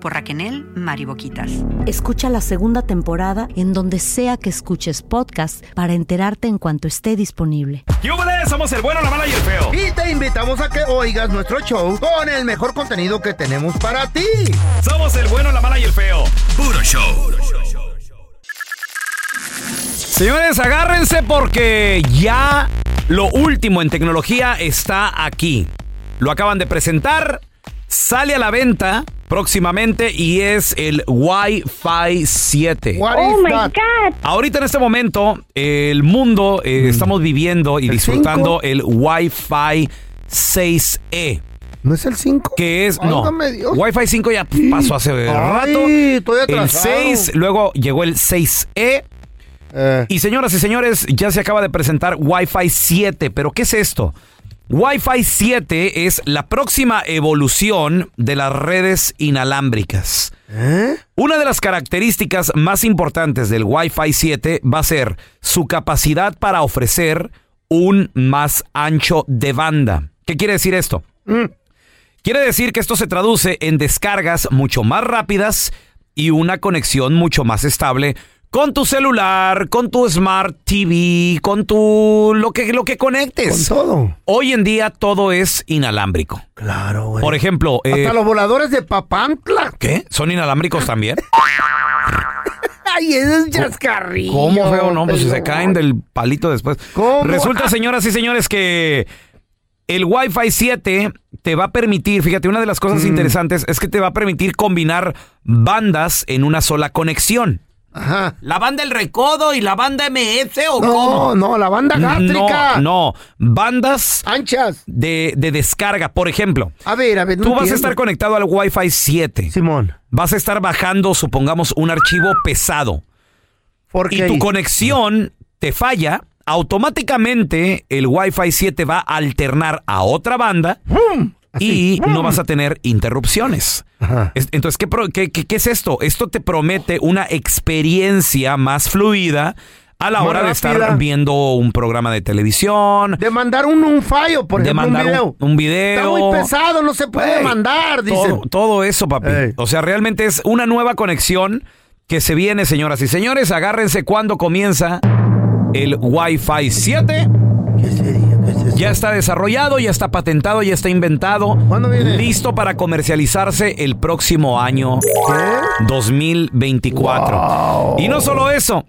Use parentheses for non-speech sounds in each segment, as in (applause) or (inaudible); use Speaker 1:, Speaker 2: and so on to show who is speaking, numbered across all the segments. Speaker 1: por Raquenel Mariboquitas.
Speaker 2: Escucha la segunda temporada en donde sea que escuches podcast para enterarte en cuanto esté disponible.
Speaker 3: ¡Yúbales! Somos el bueno, la mala y el feo.
Speaker 4: Y te invitamos a que oigas nuestro show con el mejor contenido que tenemos para ti.
Speaker 3: Somos el bueno, la mala y el feo. Puro show. Señores, agárrense porque ya lo último en tecnología está aquí. Lo acaban de presentar sale a la venta próximamente y es el Wi-Fi 7.
Speaker 4: What
Speaker 5: Oh
Speaker 4: is
Speaker 5: my
Speaker 4: that?
Speaker 5: God.
Speaker 3: Ahorita en este momento, el mundo eh, estamos viviendo y
Speaker 4: El
Speaker 3: disfrutando el Wi-Fi E. 6E,
Speaker 4: ¿No es el 5?
Speaker 3: que es no.
Speaker 4: Válgame Dios.
Speaker 3: Wi-Fi 5 ya pasó hace rato.
Speaker 4: estoy
Speaker 3: El
Speaker 4: atrasado.
Speaker 3: 6, luego llegó el 6E.
Speaker 4: Eh,
Speaker 3: Y señoras y señores, ya se acaba de presentar Wi-Fi 7, pero ¿qué es esto? Wi-Fi 7 es la próxima evolución de las redes inalámbricas.
Speaker 4: ¿eh?
Speaker 3: Una de las características más importantes del Wi-Fi 7 va a ser su capacidad para ofrecer un más ancho de banda. ¿Qué quiere decir esto?
Speaker 4: Mm.
Speaker 3: Quiere decir que esto se traduce en descargas mucho más rápidas y una conexión mucho más estable con tu celular, con tu smart TV, con tu lo que lo que
Speaker 4: Con
Speaker 3: conectes.
Speaker 4: todo.
Speaker 3: Hoy en día todo es inalámbrico.
Speaker 4: Claro, güey.
Speaker 3: Por ejemplo, eh,
Speaker 4: Pues Hasta los voladores de Papantla.
Speaker 3: ¿qué? ¿Son inalámbricos también?
Speaker 4: Ay, ese es chascarrillo.
Speaker 3: ¿Cómo feo? No, pues
Speaker 4: pelón.
Speaker 3: se caen del palito después.
Speaker 4: ¿Cómo? Ah.
Speaker 3: Resulta, señoras y señores, que el Wi-Fi 7 te va a permitir, fíjate, una de las
Speaker 4: Mm.
Speaker 3: cosas interesantes es que te va a permitir combinar bandas en una sola conexión.
Speaker 4: Ajá.
Speaker 3: ¿La banda El Recodo y la banda MS o
Speaker 4: No, no, la banda gástrica.
Speaker 3: No, no. Bandas
Speaker 4: Anchas.
Speaker 3: de, de descarga. Por ejemplo,
Speaker 4: A ver, a ver. Ah, no
Speaker 3: tú vas a
Speaker 4: entiendo.
Speaker 3: estar conectado al Wi-Fi 7.
Speaker 4: Simón.
Speaker 3: Vas a estar bajando, supongamos, un archivo pesado
Speaker 4: Porque
Speaker 3: y tu conexión te falla, automáticamente el Wi-Fi 7 va a alternar a otra banda y no vas a tener interrupciones.
Speaker 4: Mm. Ajá.
Speaker 3: Es- Entonces, ¿qué, pro- qué- qué- qué es esto? Esto te promete una experiencia más fluida a la
Speaker 4: Más
Speaker 3: hora de estar
Speaker 4: rápida.
Speaker 3: viendo un programa de televisión,
Speaker 4: De mandar un, un fallo, por
Speaker 3: de
Speaker 4: ejemplo, un
Speaker 3: mandar
Speaker 4: video.
Speaker 3: un, un video.
Speaker 4: Está muy pesado, no se puede
Speaker 3: Güey,
Speaker 4: mandar, dicen.
Speaker 3: Todo, todo eso, papi.
Speaker 4: Ey.
Speaker 3: O sea, realmente es una nueva conexión que se viene, señoras y señores. Agárrense cuando comienza el Wi-Fi 7.
Speaker 4: ¿Qué sería? ¿Qué es eso?
Speaker 3: Ya está desarrollado, ya está patentado, ya está inventado.
Speaker 4: ¿Cuándo viene?
Speaker 3: Listo para comercializarse el próximo año
Speaker 4: ¿Qué?
Speaker 3: 2024. Y no solo eso.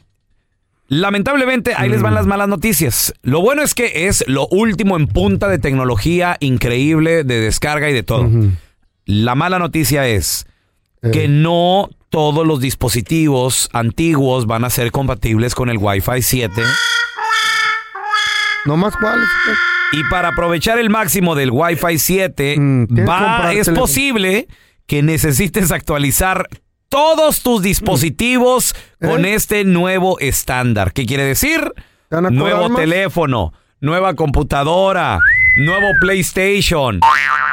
Speaker 3: Lamentablemente, ahí les van las malas noticias. Lo bueno es que es lo último en punta de tecnología increíble, de descarga y de todo. La mala noticia es que no todos los dispositivos antiguos van a ser compatibles con el Wi-Fi 7.
Speaker 4: ¿No más cuál?
Speaker 3: Y para aprovechar el máximo del Wi-Fi 7,
Speaker 4: Mm, tienes que
Speaker 3: va,
Speaker 4: comprar
Speaker 3: es
Speaker 4: teléfono.
Speaker 3: posible que necesites actualizar todos tus dispositivos
Speaker 4: Mm.
Speaker 3: con este nuevo estándar. ¿Qué quiere decir?
Speaker 4: Eh. ¿Te van a cobrar
Speaker 3: Nuevo
Speaker 4: más?
Speaker 3: teléfono, nueva computadora, nuevo PlayStation,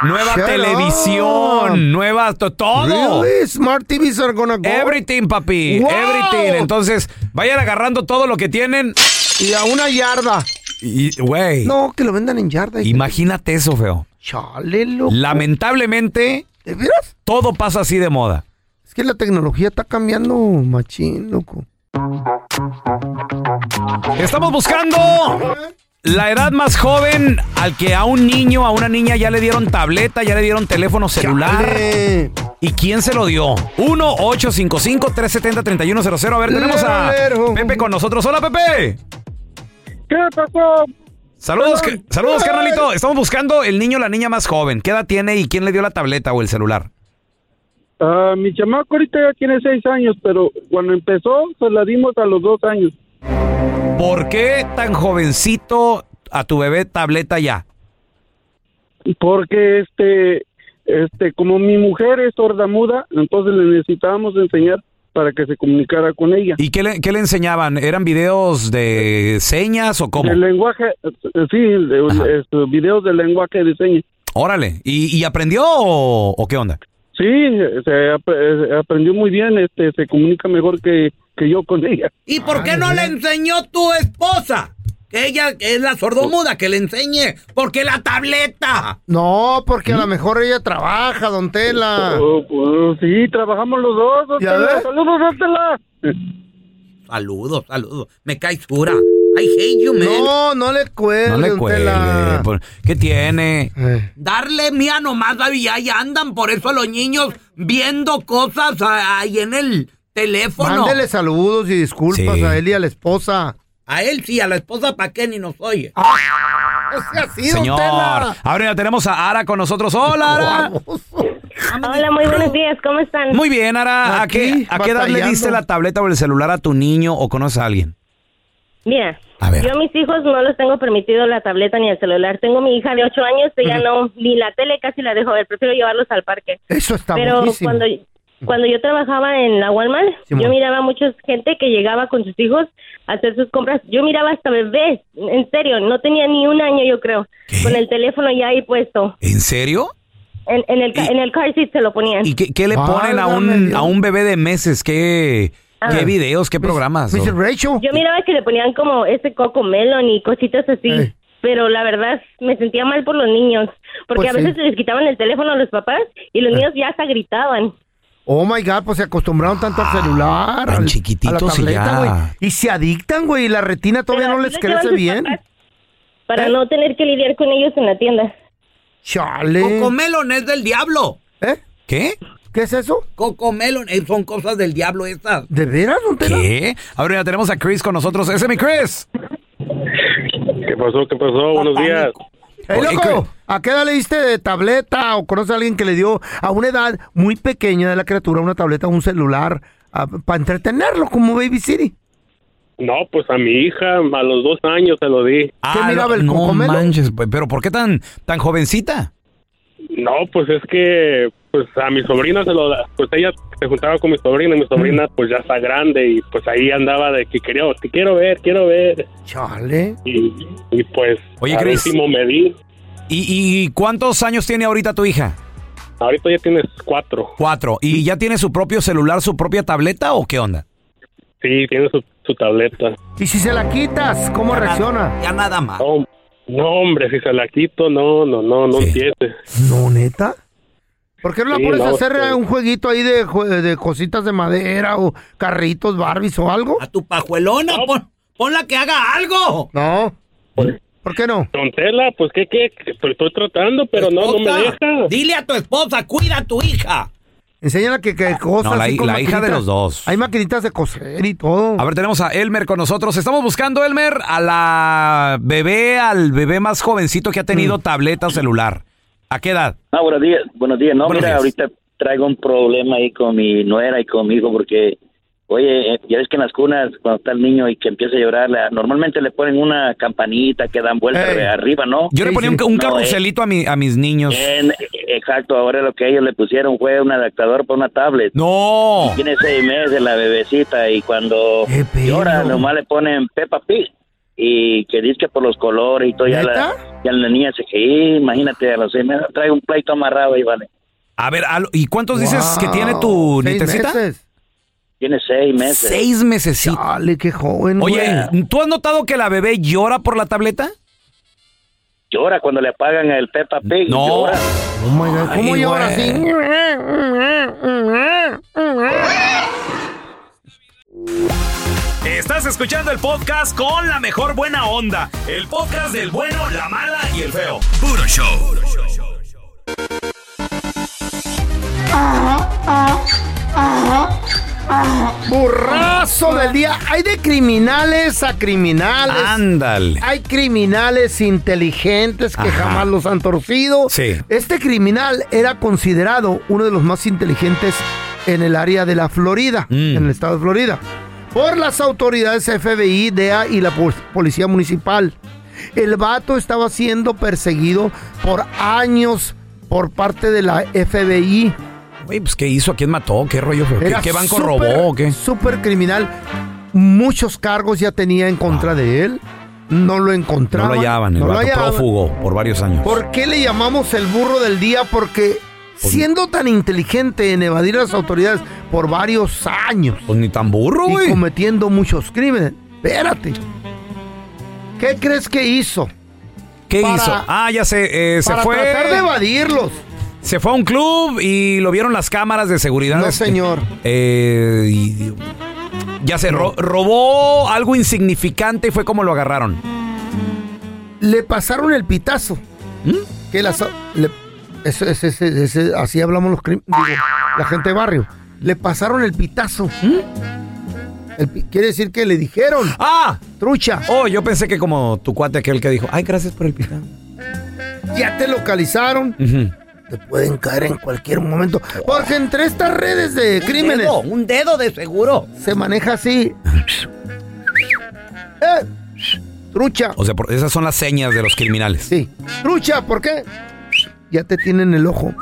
Speaker 3: nueva
Speaker 4: Shut
Speaker 3: televisión,
Speaker 4: up.
Speaker 3: nueva to- todo.
Speaker 4: Really? Smart TVs are gonna go.
Speaker 3: Everything, papi.
Speaker 4: Wow.
Speaker 3: Everything. Entonces, vayan agarrando todo lo que tienen.
Speaker 4: Y a una yarda.
Speaker 3: Y, güey,
Speaker 4: No, que lo vendan en yarda.
Speaker 3: imagínate eso, feo.
Speaker 4: Chale, loco.
Speaker 3: Lamentablemente,
Speaker 4: ¿De veras?
Speaker 3: todo pasa así de moda.
Speaker 4: Es que la tecnología está cambiando, machín, loco.
Speaker 3: Estamos buscando la edad más joven al que a un niño, a una niña ya le dieron tableta, ya le dieron teléfono celular.
Speaker 4: Dale.
Speaker 3: ¿Y quién se lo dio? 1-855-370-3100. A ver, tenemos a
Speaker 4: Lero.
Speaker 3: Pepe con nosotros. Hola, Pepe.
Speaker 5: ¿Qué pasó?
Speaker 3: Saludos, ca- saludos,
Speaker 4: Ay.
Speaker 3: carnalito. Estamos buscando el niño o la niña más joven. ¿Qué edad tiene y quién le dio la tableta o el celular?
Speaker 6: Ah, mi chamaco ahorita ya tiene seis años, pero cuando empezó se la dimos a los dos años.
Speaker 3: ¿Por qué tan jovencito a tu bebé tableta ya?
Speaker 6: Porque este, este, como mi mujer es sordamuda, entonces le necesitábamos enseñar para que se comunicara con ella.
Speaker 3: ¿Y qué le, qué le enseñaban? ¿Eran videos de señas o cómo?
Speaker 6: El lenguaje, eh, sí, de- este, videos de lenguaje de señas.
Speaker 3: Órale. ¿Y, y aprendió o, o qué onda?
Speaker 6: Sí, se apre- eh, aprendió muy bien, este, se comunica mejor que, que yo con ella.
Speaker 7: ¿Y por qué no le enseñó tu esposa? Que ella es la sordomuda, que le enseñe. Porque la tableta.
Speaker 4: No, porque a
Speaker 3: ¿Mm?
Speaker 4: lo mejor ella trabaja, don
Speaker 3: Ah.
Speaker 4: Tela.
Speaker 6: Oh, pues, sí, trabajamos los dos, don
Speaker 4: ¿Ya
Speaker 6: Tela.
Speaker 4: ves?
Speaker 6: Saludos, don Tela.
Speaker 7: Saludos, saludos. Me caes pura. I hate you, man.
Speaker 4: No, no le cuelgue,
Speaker 3: No le
Speaker 4: don
Speaker 3: cuelgue.
Speaker 4: Tela.
Speaker 3: por- ¿Qué tiene?
Speaker 4: Eh.
Speaker 7: Darle mía nomás, David, ahí andan por eso los niños viendo cosas a- ahí en el teléfono.
Speaker 4: Mándele saludos y disculpas
Speaker 3: Pues Sí.
Speaker 4: a él y a la esposa.
Speaker 7: A él sí, a la esposa pa' qué ni nos oye.
Speaker 4: No sea así,
Speaker 3: Señor. Ah. Ahora ya tenemos a Ara con nosotros. Hola, Ara.
Speaker 5: Hola, muy buenos días, ¿cómo están?
Speaker 3: Muy bien, Ara. ¿A
Speaker 4: Aquí,
Speaker 3: qué, ¿A qué edad le
Speaker 4: batallando.
Speaker 3: diste la tableta o el celular a tu niño o conoces a alguien?
Speaker 5: Mira,
Speaker 3: A ver.
Speaker 5: yo a mis hijos no les tengo permitido la tableta ni el celular. Tengo mi hija de 8 años, ella no, ni la tele casi la dejo ver, prefiero llevarlos al parque.
Speaker 4: Eso está
Speaker 5: Pero
Speaker 4: buenísimo.
Speaker 5: cuando cuando yo trabajaba en la Walmart,
Speaker 4: Simón.
Speaker 5: yo miraba mucha gente que llegaba con sus hijos a hacer sus compras. Yo miraba hasta bebés, en serio, no tenía ni un año, yo creo, con el teléfono ya ahí puesto.
Speaker 3: ¿En serio?
Speaker 5: En, en el, ca-
Speaker 3: Y-
Speaker 5: en el car seat se lo ponían.
Speaker 3: ¿Y qué, qué le ponen a
Speaker 4: Válgame
Speaker 3: un,
Speaker 4: Dios. Ah.
Speaker 3: a un bebé de meses? ¿Qué, qué videos? ¿Qué programas?
Speaker 4: Mr. Pues, Rachel.
Speaker 5: Yo miraba que le ponían como ese coco melon y cositas así.
Speaker 4: Ey.
Speaker 5: Pero la verdad, me sentía mal por los niños. Porque
Speaker 4: Pues
Speaker 5: a veces
Speaker 4: sí.
Speaker 5: les quitaban el teléfono a los papás y los niños ya hasta gritaban.
Speaker 4: Oh my God, pues se acostumbraron tanto al celular.
Speaker 3: Ah, tan
Speaker 4: al-
Speaker 3: chiquititos
Speaker 4: a la
Speaker 3: y
Speaker 4: tableta,
Speaker 3: ya.
Speaker 4: güey. Y se adictan, güey. Y la retina todavía
Speaker 5: Pero
Speaker 4: no les
Speaker 5: así los llevan
Speaker 4: crece
Speaker 5: sus
Speaker 4: bien.
Speaker 5: papás Para
Speaker 4: ¿Eh?
Speaker 5: no tener que lidiar con ellos en la tienda.
Speaker 4: Chale.
Speaker 7: Cocomelon es del diablo.
Speaker 4: ¿Eh?
Speaker 3: ¿Qué?
Speaker 4: ¿Qué es eso?
Speaker 7: Cocomelon eh, son cosas del diablo esas.
Speaker 4: ¿De veras, don Tela?
Speaker 3: ¿Qué? Ahora ya tenemos a Chris con nosotros. ¡Ese es mi Chris!
Speaker 6: ¿Qué pasó? ¿Qué pasó? Buenos días.
Speaker 4: Ey,
Speaker 3: Oye,
Speaker 4: loco,
Speaker 3: ¿qué?
Speaker 4: ¿a qué edad le diste de tableta o conoces a alguien que le dio a una edad muy pequeña de la criatura una tableta o un celular para entretenerlo como Baby City?
Speaker 6: No, pues a mi hija, a los dos años se lo di.
Speaker 4: miraba
Speaker 3: Ah, no-
Speaker 4: el
Speaker 3: no
Speaker 4: cocomelo?
Speaker 3: manches, pues, pero ¿por qué tan, tan jovencita?
Speaker 6: No, pues es que pues a mi sobrina se lo da, pues ella se juntaba con mi sobrina y mi sobrina pues ya está grande y pues ahí andaba de que quería, te quiero ver, quiero ver
Speaker 4: Chale.
Speaker 6: y, y, pues
Speaker 3: Oye,
Speaker 6: al
Speaker 3: Chris.
Speaker 6: último medir.
Speaker 3: ¿Y, ¿Y cuántos años tiene ahorita tu hija?
Speaker 6: Ahorita ya tienes cuatro,
Speaker 3: Cuatro. ¿Y ya tiene su propio celular, su propia tableta o qué onda?
Speaker 6: sí, tiene su, su tableta.
Speaker 4: ¿Y si se la quitas, cómo reacciona?
Speaker 7: Ya nada
Speaker 3: Ah.
Speaker 7: más.
Speaker 6: No, no, hombre, si se la quito, no, no, no, no
Speaker 3: Sí.
Speaker 6: entiendes.
Speaker 4: No, neta. ¿Por qué no la
Speaker 6: Sí,
Speaker 4: pones a
Speaker 6: no,
Speaker 4: hacer
Speaker 6: pues.
Speaker 4: eh, un jueguito ahí de, jue- de cositas de madera o carritos, Barbies o algo?
Speaker 7: A tu pajuelona, pon, ponla que haga algo.
Speaker 4: No.
Speaker 6: Pues.
Speaker 4: ¿Por qué no?
Speaker 6: Don Tela, pues qué, qué, pues estoy tratando, pero no, no me
Speaker 7: Esposa,
Speaker 6: deja.
Speaker 7: Dile a tu esposa, cuida a tu hija.
Speaker 4: Enséñala que, que cosas.
Speaker 3: No, la
Speaker 4: así
Speaker 3: hi-
Speaker 4: con
Speaker 3: la hija de
Speaker 4: maquinitas.
Speaker 3: los dos.
Speaker 4: Hay maquinitas de coser y todo.
Speaker 3: A ver, tenemos a Elmer con nosotros. Estamos buscando, Elmer, a la bebé, al bebé más jovencito que ha tenido tableta o celular. ¿A qué edad?
Speaker 8: Ah, buenos días, buenos días. No,
Speaker 3: Buenos
Speaker 8: mira,
Speaker 3: días.
Speaker 8: ahorita traigo un problema ahí con mi nuera y conmigo porque, oye, eh, ya ves que en las cunas cuando está el niño y que empieza a llorar, la- normalmente le ponen una campanita que dan vuelta
Speaker 4: Ey.
Speaker 8: de arriba, ¿no?
Speaker 3: Yo le
Speaker 4: Sí,
Speaker 3: ponía
Speaker 4: sí.
Speaker 3: un, un
Speaker 8: No, eh.
Speaker 3: carruselito a, mi- a mis niños.
Speaker 8: En- exacto, ahora lo que ellos le pusieron fue un adaptador para una tablet.
Speaker 3: No.
Speaker 8: Tiene seis meses la bebecita y cuando
Speaker 4: Qué pedo.
Speaker 8: llora nomás le ponen Peppa Pig y que dice que por los colores y todo ya
Speaker 4: ¿Neta?
Speaker 8: la, ya la niña se que imagínate a los seis meses trae un pleito amarrado y vale.
Speaker 3: A ver, al- ¿y cuántos dices
Speaker 4: Wow.
Speaker 3: que tiene tu
Speaker 4: Seis
Speaker 3: nietecita?
Speaker 4: meses.
Speaker 8: Tiene seis meses.
Speaker 3: Seis meses.
Speaker 4: Chale, qué joven.
Speaker 3: Oye,
Speaker 4: güey.
Speaker 3: ¿tú has notado que la bebé llora por la tableta?
Speaker 8: llora cuando le apagan el Peppa Pig.
Speaker 3: No.
Speaker 8: Llora.
Speaker 4: Oh my God, ¿Cómo
Speaker 3: Ay,
Speaker 4: llora
Speaker 3: güey.
Speaker 4: así?
Speaker 9: Estás escuchando el podcast con la mejor buena onda. El podcast del bueno, la mala y el feo. Puro show.
Speaker 4: Burrazo del día. Hay de criminales a criminales.
Speaker 3: Ándale.
Speaker 4: Hay criminales inteligentes que
Speaker 3: Ajá.
Speaker 4: jamás los han torcido.
Speaker 3: Sí.
Speaker 4: Este criminal era considerado uno de los más inteligentes en el área de la Florida,
Speaker 3: Mm.
Speaker 4: en el estado de Florida, por las autoridades FBI, DEA y la pol- policía municipal. El vato estaba siendo perseguido por años por parte de la FBI.
Speaker 3: Güey, pues ¿qué hizo? ¿A quién mató? ¿Qué rollo? fue? ¿Qué,
Speaker 4: Era
Speaker 3: qué banco
Speaker 4: súper-
Speaker 3: robó? o ¿Qué?
Speaker 4: Súper criminal. Muchos cargos ya tenía en contra de él. No lo
Speaker 3: Ah. No
Speaker 4: encontraban.
Speaker 3: lo hallaban, el
Speaker 4: no lo
Speaker 3: vato
Speaker 4: hallaban.
Speaker 3: prófugo por varios años.
Speaker 4: ¿Por qué le llamamos el burro del día? Porque
Speaker 3: Pues
Speaker 4: siendo tan inteligente en evadir a las autoridades por varios años.
Speaker 3: Pues ni tan burro,
Speaker 4: güey. Y cometiendo muchos crímenes. Espérate. ¿Qué crees que hizo?
Speaker 3: ¿Qué
Speaker 4: Para-
Speaker 3: hizo? Ah, ya sé, eh, se
Speaker 4: para
Speaker 3: fue.
Speaker 4: tratar de evadirlos.
Speaker 3: Se fue a un club y lo vieron las cámaras de seguridad. este,
Speaker 4: No, señor.
Speaker 3: Eh, y- ya sé, ro- robó algo insignificante y fue como lo agarraron.
Speaker 4: Le pasaron el pitazo. Que las- le- ese- ese- ese- ese- así hablamos los crim- digo, la gente de barrio. Le pasaron el pitazo. El pi- quiere decir que le dijeron.
Speaker 3: ¡Ah!
Speaker 4: ¡Trucha!
Speaker 3: Oh, yo pensé que como tu cuate aquel que dijo, ay, gracias por el pitado.
Speaker 4: Ya te localizaron. Te pueden caer en cualquier momento. Porque entre estas redes de crímenes.
Speaker 7: dedo, un dedo de seguro.
Speaker 4: Se maneja así. ¡Eh! ¡Trucha!
Speaker 3: O sea, por- esas son las señas de los criminales.
Speaker 4: Sí. ¡Trucha! ¿Por qué? Ya te tienen el ojo.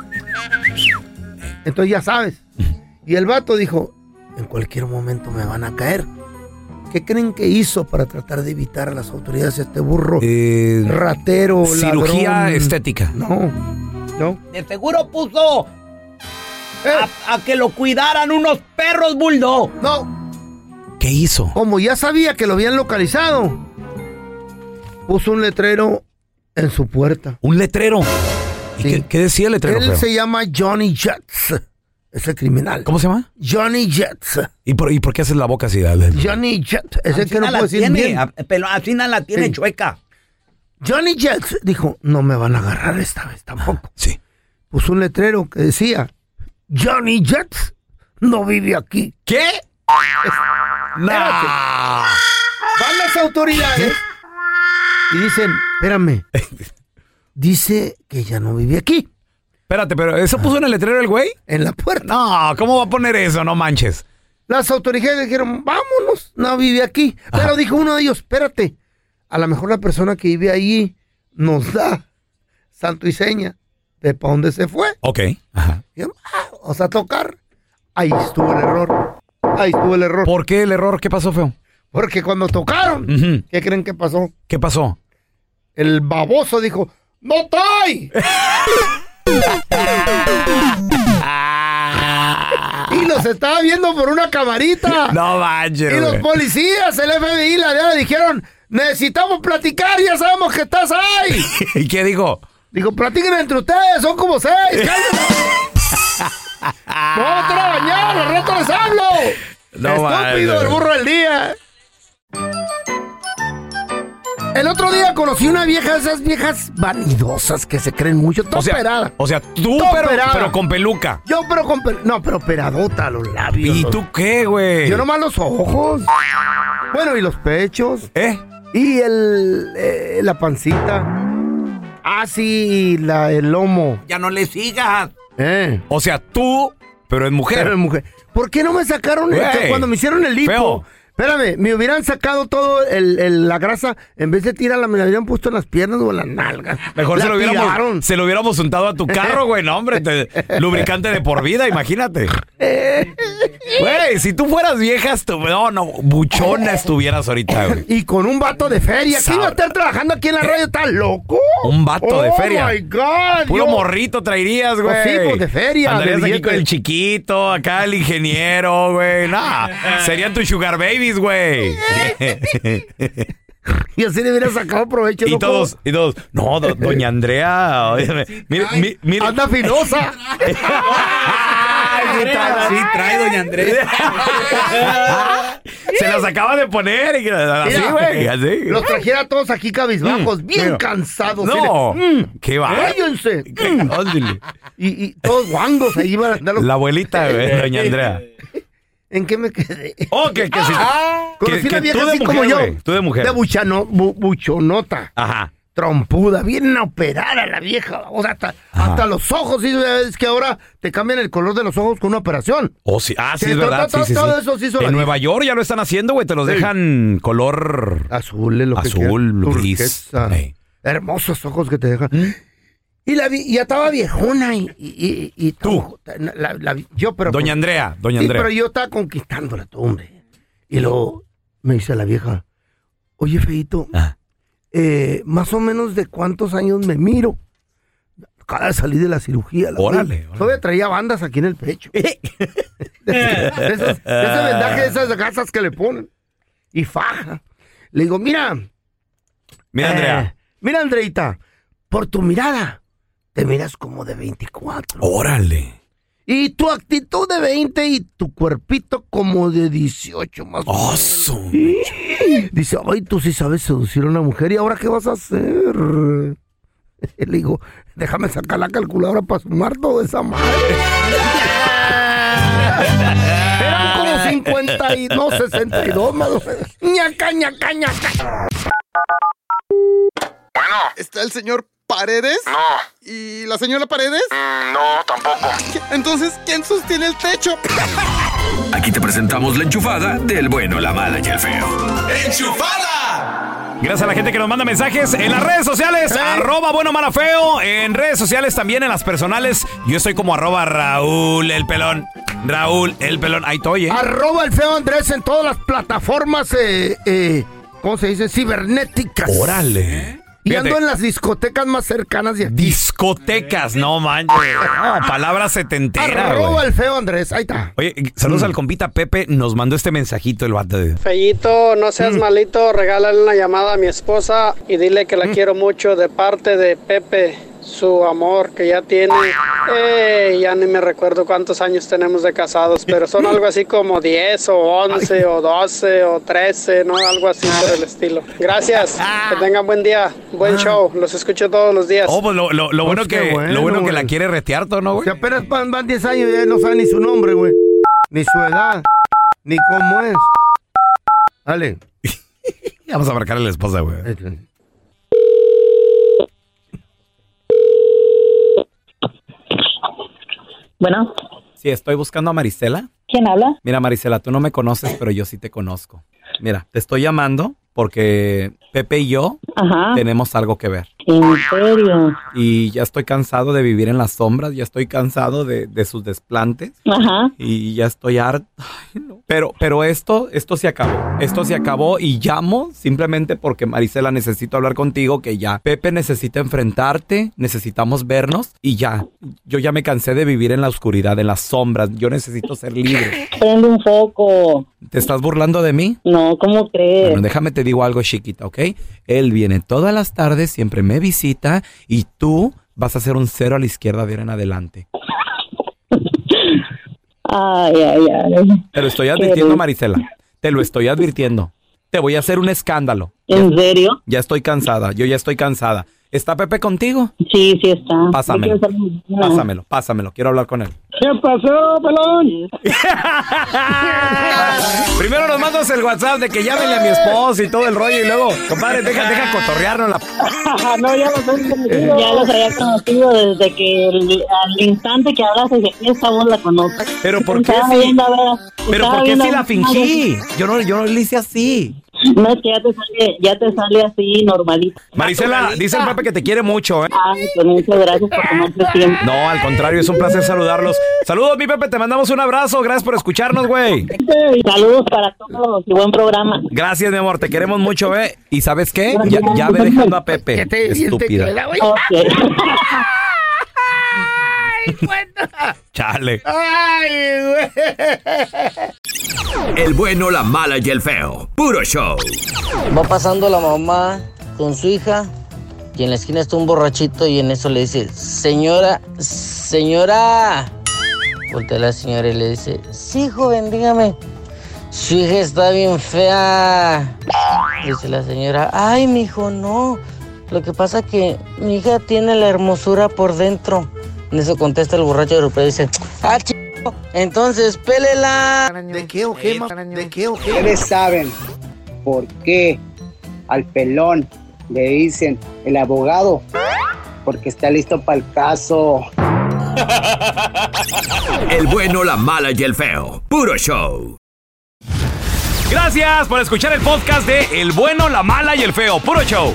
Speaker 4: Entonces ya sabes. Y el vato dijo: En cualquier momento me van a caer. ¿Qué creen que hizo para tratar de evitar a las autoridades este burro? ratero,
Speaker 3: Eh, Cirugía
Speaker 4: ladrón?
Speaker 3: estética.
Speaker 4: No, no. Eh,
Speaker 7: De seguro puso a, a que lo cuidaran unos perros bulldog.
Speaker 4: No.
Speaker 3: ¿Qué hizo?
Speaker 4: Como ya sabía que lo habían localizado, puso un letrero en su puerta.
Speaker 3: ¿Un letrero? ¿Y qué, qué decía el letrero?
Speaker 4: Él
Speaker 3: feo?
Speaker 4: se llama Johnny Jets. Ese criminal.
Speaker 3: ¿Cómo se llama?
Speaker 4: Johnny Jets.
Speaker 3: ¿Y por, y por qué haces la boca así?
Speaker 4: Johnny Jets. Ese
Speaker 7: Así
Speaker 4: que no
Speaker 7: la
Speaker 4: puedo decir
Speaker 7: tiene,
Speaker 4: bien.
Speaker 7: a- Pero así la tiene
Speaker 4: Sí.
Speaker 7: chueca.
Speaker 4: Johnny Jets dijo, no me van a agarrar esta vez tampoco.
Speaker 3: Sí.
Speaker 4: Puso un letrero que decía, Johnny Jets no vive aquí.
Speaker 3: ¿Qué?
Speaker 4: Espérate. Van las autoridades y dicen, espérame, dice que ya no vive aquí.
Speaker 3: Espérate, pero ¿eso puso en el letrero el güey?
Speaker 4: En la puerta.
Speaker 3: No, ¿cómo va a poner eso? No manches.
Speaker 4: Las autoridades dijeron, vámonos, no vive aquí. Pero dijo uno de ellos, espérate, a lo mejor la persona que vive ahí nos da santo y seña de para dónde se fue.
Speaker 3: Ok.
Speaker 4: Dijeron, "Ah, vamos a tocar. Ahí estuvo el error. Ahí estuvo el error.
Speaker 3: ¿Por qué el error? ¿Qué pasó, feo?
Speaker 4: Porque cuando tocaron,
Speaker 3: Ujú.
Speaker 4: ¿qué creen que pasó?
Speaker 3: ¿Qué pasó?
Speaker 4: El baboso dijo, ¡No estoy! y los estaba viendo por una camarita.
Speaker 3: (laughs) No manches.
Speaker 4: Y los
Speaker 3: güey.
Speaker 4: policías, el FBI, la DEA, dijeron, necesitamos platicar, ya sabemos que estás ahí.
Speaker 3: ¿Y qué dijo?
Speaker 4: Digo, platiquen entre ustedes, son como seis. cállense. Nos vamos a estar a bañar, al rato les hablo.
Speaker 3: No
Speaker 4: Estúpido,
Speaker 3: manches.
Speaker 4: el burro del día. El otro día conocí una vieja, esas viejas vanidosas que se creen mucho, toda
Speaker 3: O sea,
Speaker 4: operada.
Speaker 3: o sea tú,
Speaker 4: Está
Speaker 3: pero,
Speaker 4: operada.
Speaker 3: pero con peluca.
Speaker 4: Yo, pero con... per- No, pero operadota, los labios.
Speaker 3: ¿Y
Speaker 4: los-
Speaker 3: tú qué, güey?
Speaker 4: Yo nomás los ojos. Bueno, y los pechos.
Speaker 3: ¿Eh?
Speaker 4: Y el, eh, la pancita. Ah, sí, la, el lomo.
Speaker 7: Ya no le sigas.
Speaker 4: Eh.
Speaker 3: O sea, tú, pero es mujer.
Speaker 4: Pero es mujer. ¿Por qué no me sacaron el-
Speaker 3: Güey.
Speaker 4: cuando me hicieron el lipo?
Speaker 3: Feo.
Speaker 4: Espérame, me hubieran sacado todo el, el- la grasa. En vez de tirarla, me la hubieran puesto en las piernas o en las nalgas.
Speaker 3: Mejor
Speaker 4: La
Speaker 3: se lo,
Speaker 4: tiraron.
Speaker 3: hubiéramos, se lo hubiéramos untado a tu carro, güey. No, hombre, te- lubricante de por vida, imagínate. Güey, si tú fueras vieja, estu- no, no, buchona estuvieras ahorita, güey.
Speaker 4: Y con un vato de feria. ¿Quién iba
Speaker 3: Sabra.
Speaker 4: a estar trabajando aquí en la radio? ¿Estás loco?
Speaker 3: Eh, Un vato de feria.
Speaker 4: Oh, my God.
Speaker 3: Puro
Speaker 4: yo-
Speaker 3: morrito traerías, güey.
Speaker 4: Pues sí, pues, de feria, de
Speaker 3: Andarías aquí
Speaker 4: billete.
Speaker 3: con el chiquito, acá el ingeniero, güey. Nah, serían tus sugar babies,
Speaker 4: (laughs)
Speaker 3: güey.
Speaker 4: Y así le hubiera sacado provecho.
Speaker 3: y
Speaker 4: loco.
Speaker 3: todos, y todos. No, do- doña Andrea, óyeme, mire, mi- mire.
Speaker 4: Anda filosa.
Speaker 3: Ay, sí trae- sí trae doña Andrea.
Speaker 4: (laughs)
Speaker 3: Se las acaba de poner. y- (laughs) así,
Speaker 4: Mira, eh,
Speaker 3: güey, así. Mm,
Speaker 4: Los trajera todos aquí cabizbajos, bien cansados.
Speaker 3: No,
Speaker 4: Mira, mm,
Speaker 3: qué va.
Speaker 4: cállense.
Speaker 3: Qué- óndale.
Speaker 4: Y, y todos guangos ahí iban a andar los-
Speaker 3: La abuelita,
Speaker 4: (laughs)
Speaker 3: güey, doña Andrea.
Speaker 4: ¿En qué me quedé?
Speaker 3: Oh, (laughs) que, que sí.
Speaker 4: Conocí
Speaker 3: que-
Speaker 4: una
Speaker 3: que
Speaker 4: vieja
Speaker 3: tú de
Speaker 4: así
Speaker 3: mujer,
Speaker 4: como yo.
Speaker 3: güey, tú de mujer.
Speaker 4: buchano- bu- buchonota,
Speaker 3: Ajá.
Speaker 4: trompuda, bien operada la vieja. O sea, hasta, hasta los ojos. ¿sí? Es que ahora te cambian el color de los ojos con una operación.
Speaker 3: Oh, sí. Ah, sí,
Speaker 4: Sí,
Speaker 3: es
Speaker 4: todo-
Speaker 3: verdad. sí,
Speaker 4: todo-
Speaker 3: sí, sí.
Speaker 4: todo eso se hizo la
Speaker 3: en Nueva York ya lo están haciendo, güey. Te los
Speaker 4: Sí. Ah,
Speaker 3: dejan color
Speaker 4: Azul es lo que
Speaker 3: azul,
Speaker 4: quieras,
Speaker 3: gris.
Speaker 4: turquesa.
Speaker 3: Ey. ¿Mm?
Speaker 4: Hermosos ojos que te dejan. Y la vi- y ya estaba viejona y, y- y- y tú. la- la vi- yo, pero. pues,
Speaker 3: Doña Andrea, doña
Speaker 4: Sí,
Speaker 3: Andrea.
Speaker 4: pero yo estaba conquistándola, tú, hombre. Y luego me dice la vieja, oye, Feito,
Speaker 3: Ah.
Speaker 4: eh, más o menos de cuántos años me miro. Cada vez salí de la cirugía. la-
Speaker 3: Órale,
Speaker 4: Todavía traía bandas aquí en el pecho. (laughs) De esos- de ese vendaje, de esas gasas que le ponen. Y faja. Le digo, mira.
Speaker 3: Mira,
Speaker 4: Andrea. Mira, Andreita, por tu mirada, te miras como de 24.
Speaker 3: Órale.
Speaker 4: Y tu actitud de 20 y tu cuerpito como de 18 más o menos. Dice, ay, tú sí sabes seducir a una mujer y ahora qué vas a hacer. (laughs) Le digo, déjame sacar la calculadora para sumar toda
Speaker 3: (laughs)
Speaker 4: esa madre. Eran como 50 y no, 62 más o menos. Ñaca, ñaca, ñaca.
Speaker 10: Bueno. ¿Está el señor Paredes? No. ¿Y la señora Paredes? no, tampoco. Entonces, ¿quién sostiene el techo?
Speaker 11: Aquí te presentamos la enchufada del bueno, la mala y el feo.
Speaker 3: Gracias a la gente que nos manda mensajes en las redes sociales, arroba bueno mala feo, en redes sociales también, en las personales, yo estoy como arroba Raúl el pelón, Raúl el pelón, ahí estoy, ¿eh?
Speaker 4: Arroba el feo Andrés en todas las plataformas, eh, eh, ¿cómo se dice? Cibernéticas.
Speaker 3: Órale.
Speaker 4: Y
Speaker 3: ¿Eh? Fíjate.
Speaker 4: ando en las discotecas más cercanas de aquí.
Speaker 3: Discotecas, no manches. No, palabra setentera, güey.
Speaker 4: Arroba el feo Andrés, ahí está.
Speaker 3: Oye, saludos al compita Pepe, nos mandó este mensajito el vato. de-
Speaker 8: Fellito, no seas malito, regálale una llamada a mi esposa y dile que la quiero mucho de parte de Pepe, su amor que ya tiene. Eh, ya ni me recuerdo cuántos años tenemos de casados, pero son algo así como 10 o 11 o 12 o 13, ¿no? Algo así por el estilo. Gracias, que tengan buen día, buen show, los escucho todos los días.
Speaker 3: Oh, pues lo, lo- lo bueno,
Speaker 8: Pues qué
Speaker 3: que,
Speaker 8: bueno,
Speaker 3: lo bueno que
Speaker 8: güey.
Speaker 3: la quiere retear, ¿todo ¿no, güey?
Speaker 4: Si apenas van, van 10 años ya no sabe ni su nombre, güey. Ni su edad, ni cómo es. Dale.
Speaker 3: Vamos a marcarle a la esposa, güey.
Speaker 5: Bueno,
Speaker 3: Sí, estoy buscando a Marisela.
Speaker 5: ¿quién habla?
Speaker 3: Mira, Marisela, tú no me conoces, pero yo sí te conozco. Mira, te estoy llamando porque Pepe y yo
Speaker 5: Ajá.
Speaker 3: tenemos algo que ver.
Speaker 5: ¿En serio?
Speaker 3: Y ya estoy cansado de vivir en las sombras, ya estoy cansado de, de sus desplantes.
Speaker 5: Ajá.
Speaker 3: Y ya estoy harto. (laughs) Pero, pero esto, esto se acabó. Esto se acabó y llamo simplemente porque Marisela necesito hablar contigo, que ya. Pepe necesita enfrentarte, necesitamos vernos y ya. Yo ya me cansé de vivir en la oscuridad, en las sombras. Yo necesito ser libre.
Speaker 5: Prende un foco.
Speaker 3: ¿Te estás burlando de mí?
Speaker 5: No, ¿cómo crees?
Speaker 3: Bueno, déjame te digo algo, chiquita, ¿ok? Él viene todas las tardes, siempre me visita y tú vas a ser un cero a la izquierda de ahora en adelante.
Speaker 5: Ay, ay, ay.
Speaker 3: Te lo estoy
Speaker 5: Qué
Speaker 3: advirtiendo,
Speaker 5: rico.
Speaker 3: Marisela. Te lo estoy advirtiendo. Te voy a hacer un escándalo.
Speaker 5: ¿En serio?
Speaker 3: Ya estoy cansada, yo ya estoy cansada. ¿Está Pepe contigo?
Speaker 5: Sí, sí está.
Speaker 3: Pásamelo.
Speaker 5: Yo quiero saber- no.
Speaker 3: Pásamelo, pásamelo, quiero hablar
Speaker 5: (laughs)
Speaker 3: con él.
Speaker 5: ¿Qué pasó, pelón?
Speaker 3: Primero nos mandas el WhatsApp de que llámenle a mi esposo y todo el rollo y luego, compadre, deja, deja cotorrearnos la...
Speaker 5: no, ya los había conocido. Ya los había conocido desde que el- al instante que hablaste dije, esa voz la conozco.
Speaker 3: Pero ¿por qué
Speaker 5: Estaba
Speaker 3: si-
Speaker 5: viendo a ver-
Speaker 3: Pero
Speaker 5: estaba
Speaker 3: ¿por qué
Speaker 5: viendo
Speaker 3: si
Speaker 5: a-
Speaker 3: la fingí? Yo no, yo no le hice así.
Speaker 5: No, es que ya te sale, ya te sale así normalito.
Speaker 3: Marisela, dice el Pepe que te quiere mucho, ¿eh?
Speaker 5: Ay, pues muchas gracias por tomarte tiempo.
Speaker 3: No, al contrario, es un placer saludarlos. Saludos, mi Pepe, te mandamos un abrazo. Gracias por escucharnos, güey.
Speaker 5: Saludos para todos y buen programa.
Speaker 3: Gracias, mi amor, te queremos mucho, ¿eh? ¿Y sabes qué? Ya, ya ve dejando a Pepe. Estúpida.
Speaker 5: (laughs)
Speaker 3: Chale.
Speaker 4: Ay, güey.
Speaker 11: El bueno, la mala y el feo. Puro show.
Speaker 12: Va pasando la mamá con su hija y en la esquina está un borrachito y en eso le dice, señora, señora. Voltea la señora y le dice, sí, joven, dígame. Su hija está bien fea. Dice la señora, ay, mijo, no. Lo que pasa que mi hija tiene la hermosura por dentro. En eso contesta el borracho europeo y dice, ah, chico, entonces pélela. ¿De qué o qué, ¿De qué o
Speaker 13: Ustedes saben por qué al pelón le dicen el abogado, porque está listo para el caso.
Speaker 11: El bueno, la mala y el feo. Puro show.
Speaker 3: Gracias por escuchar el podcast de El Bueno, la Mala y el Feo. Puro show.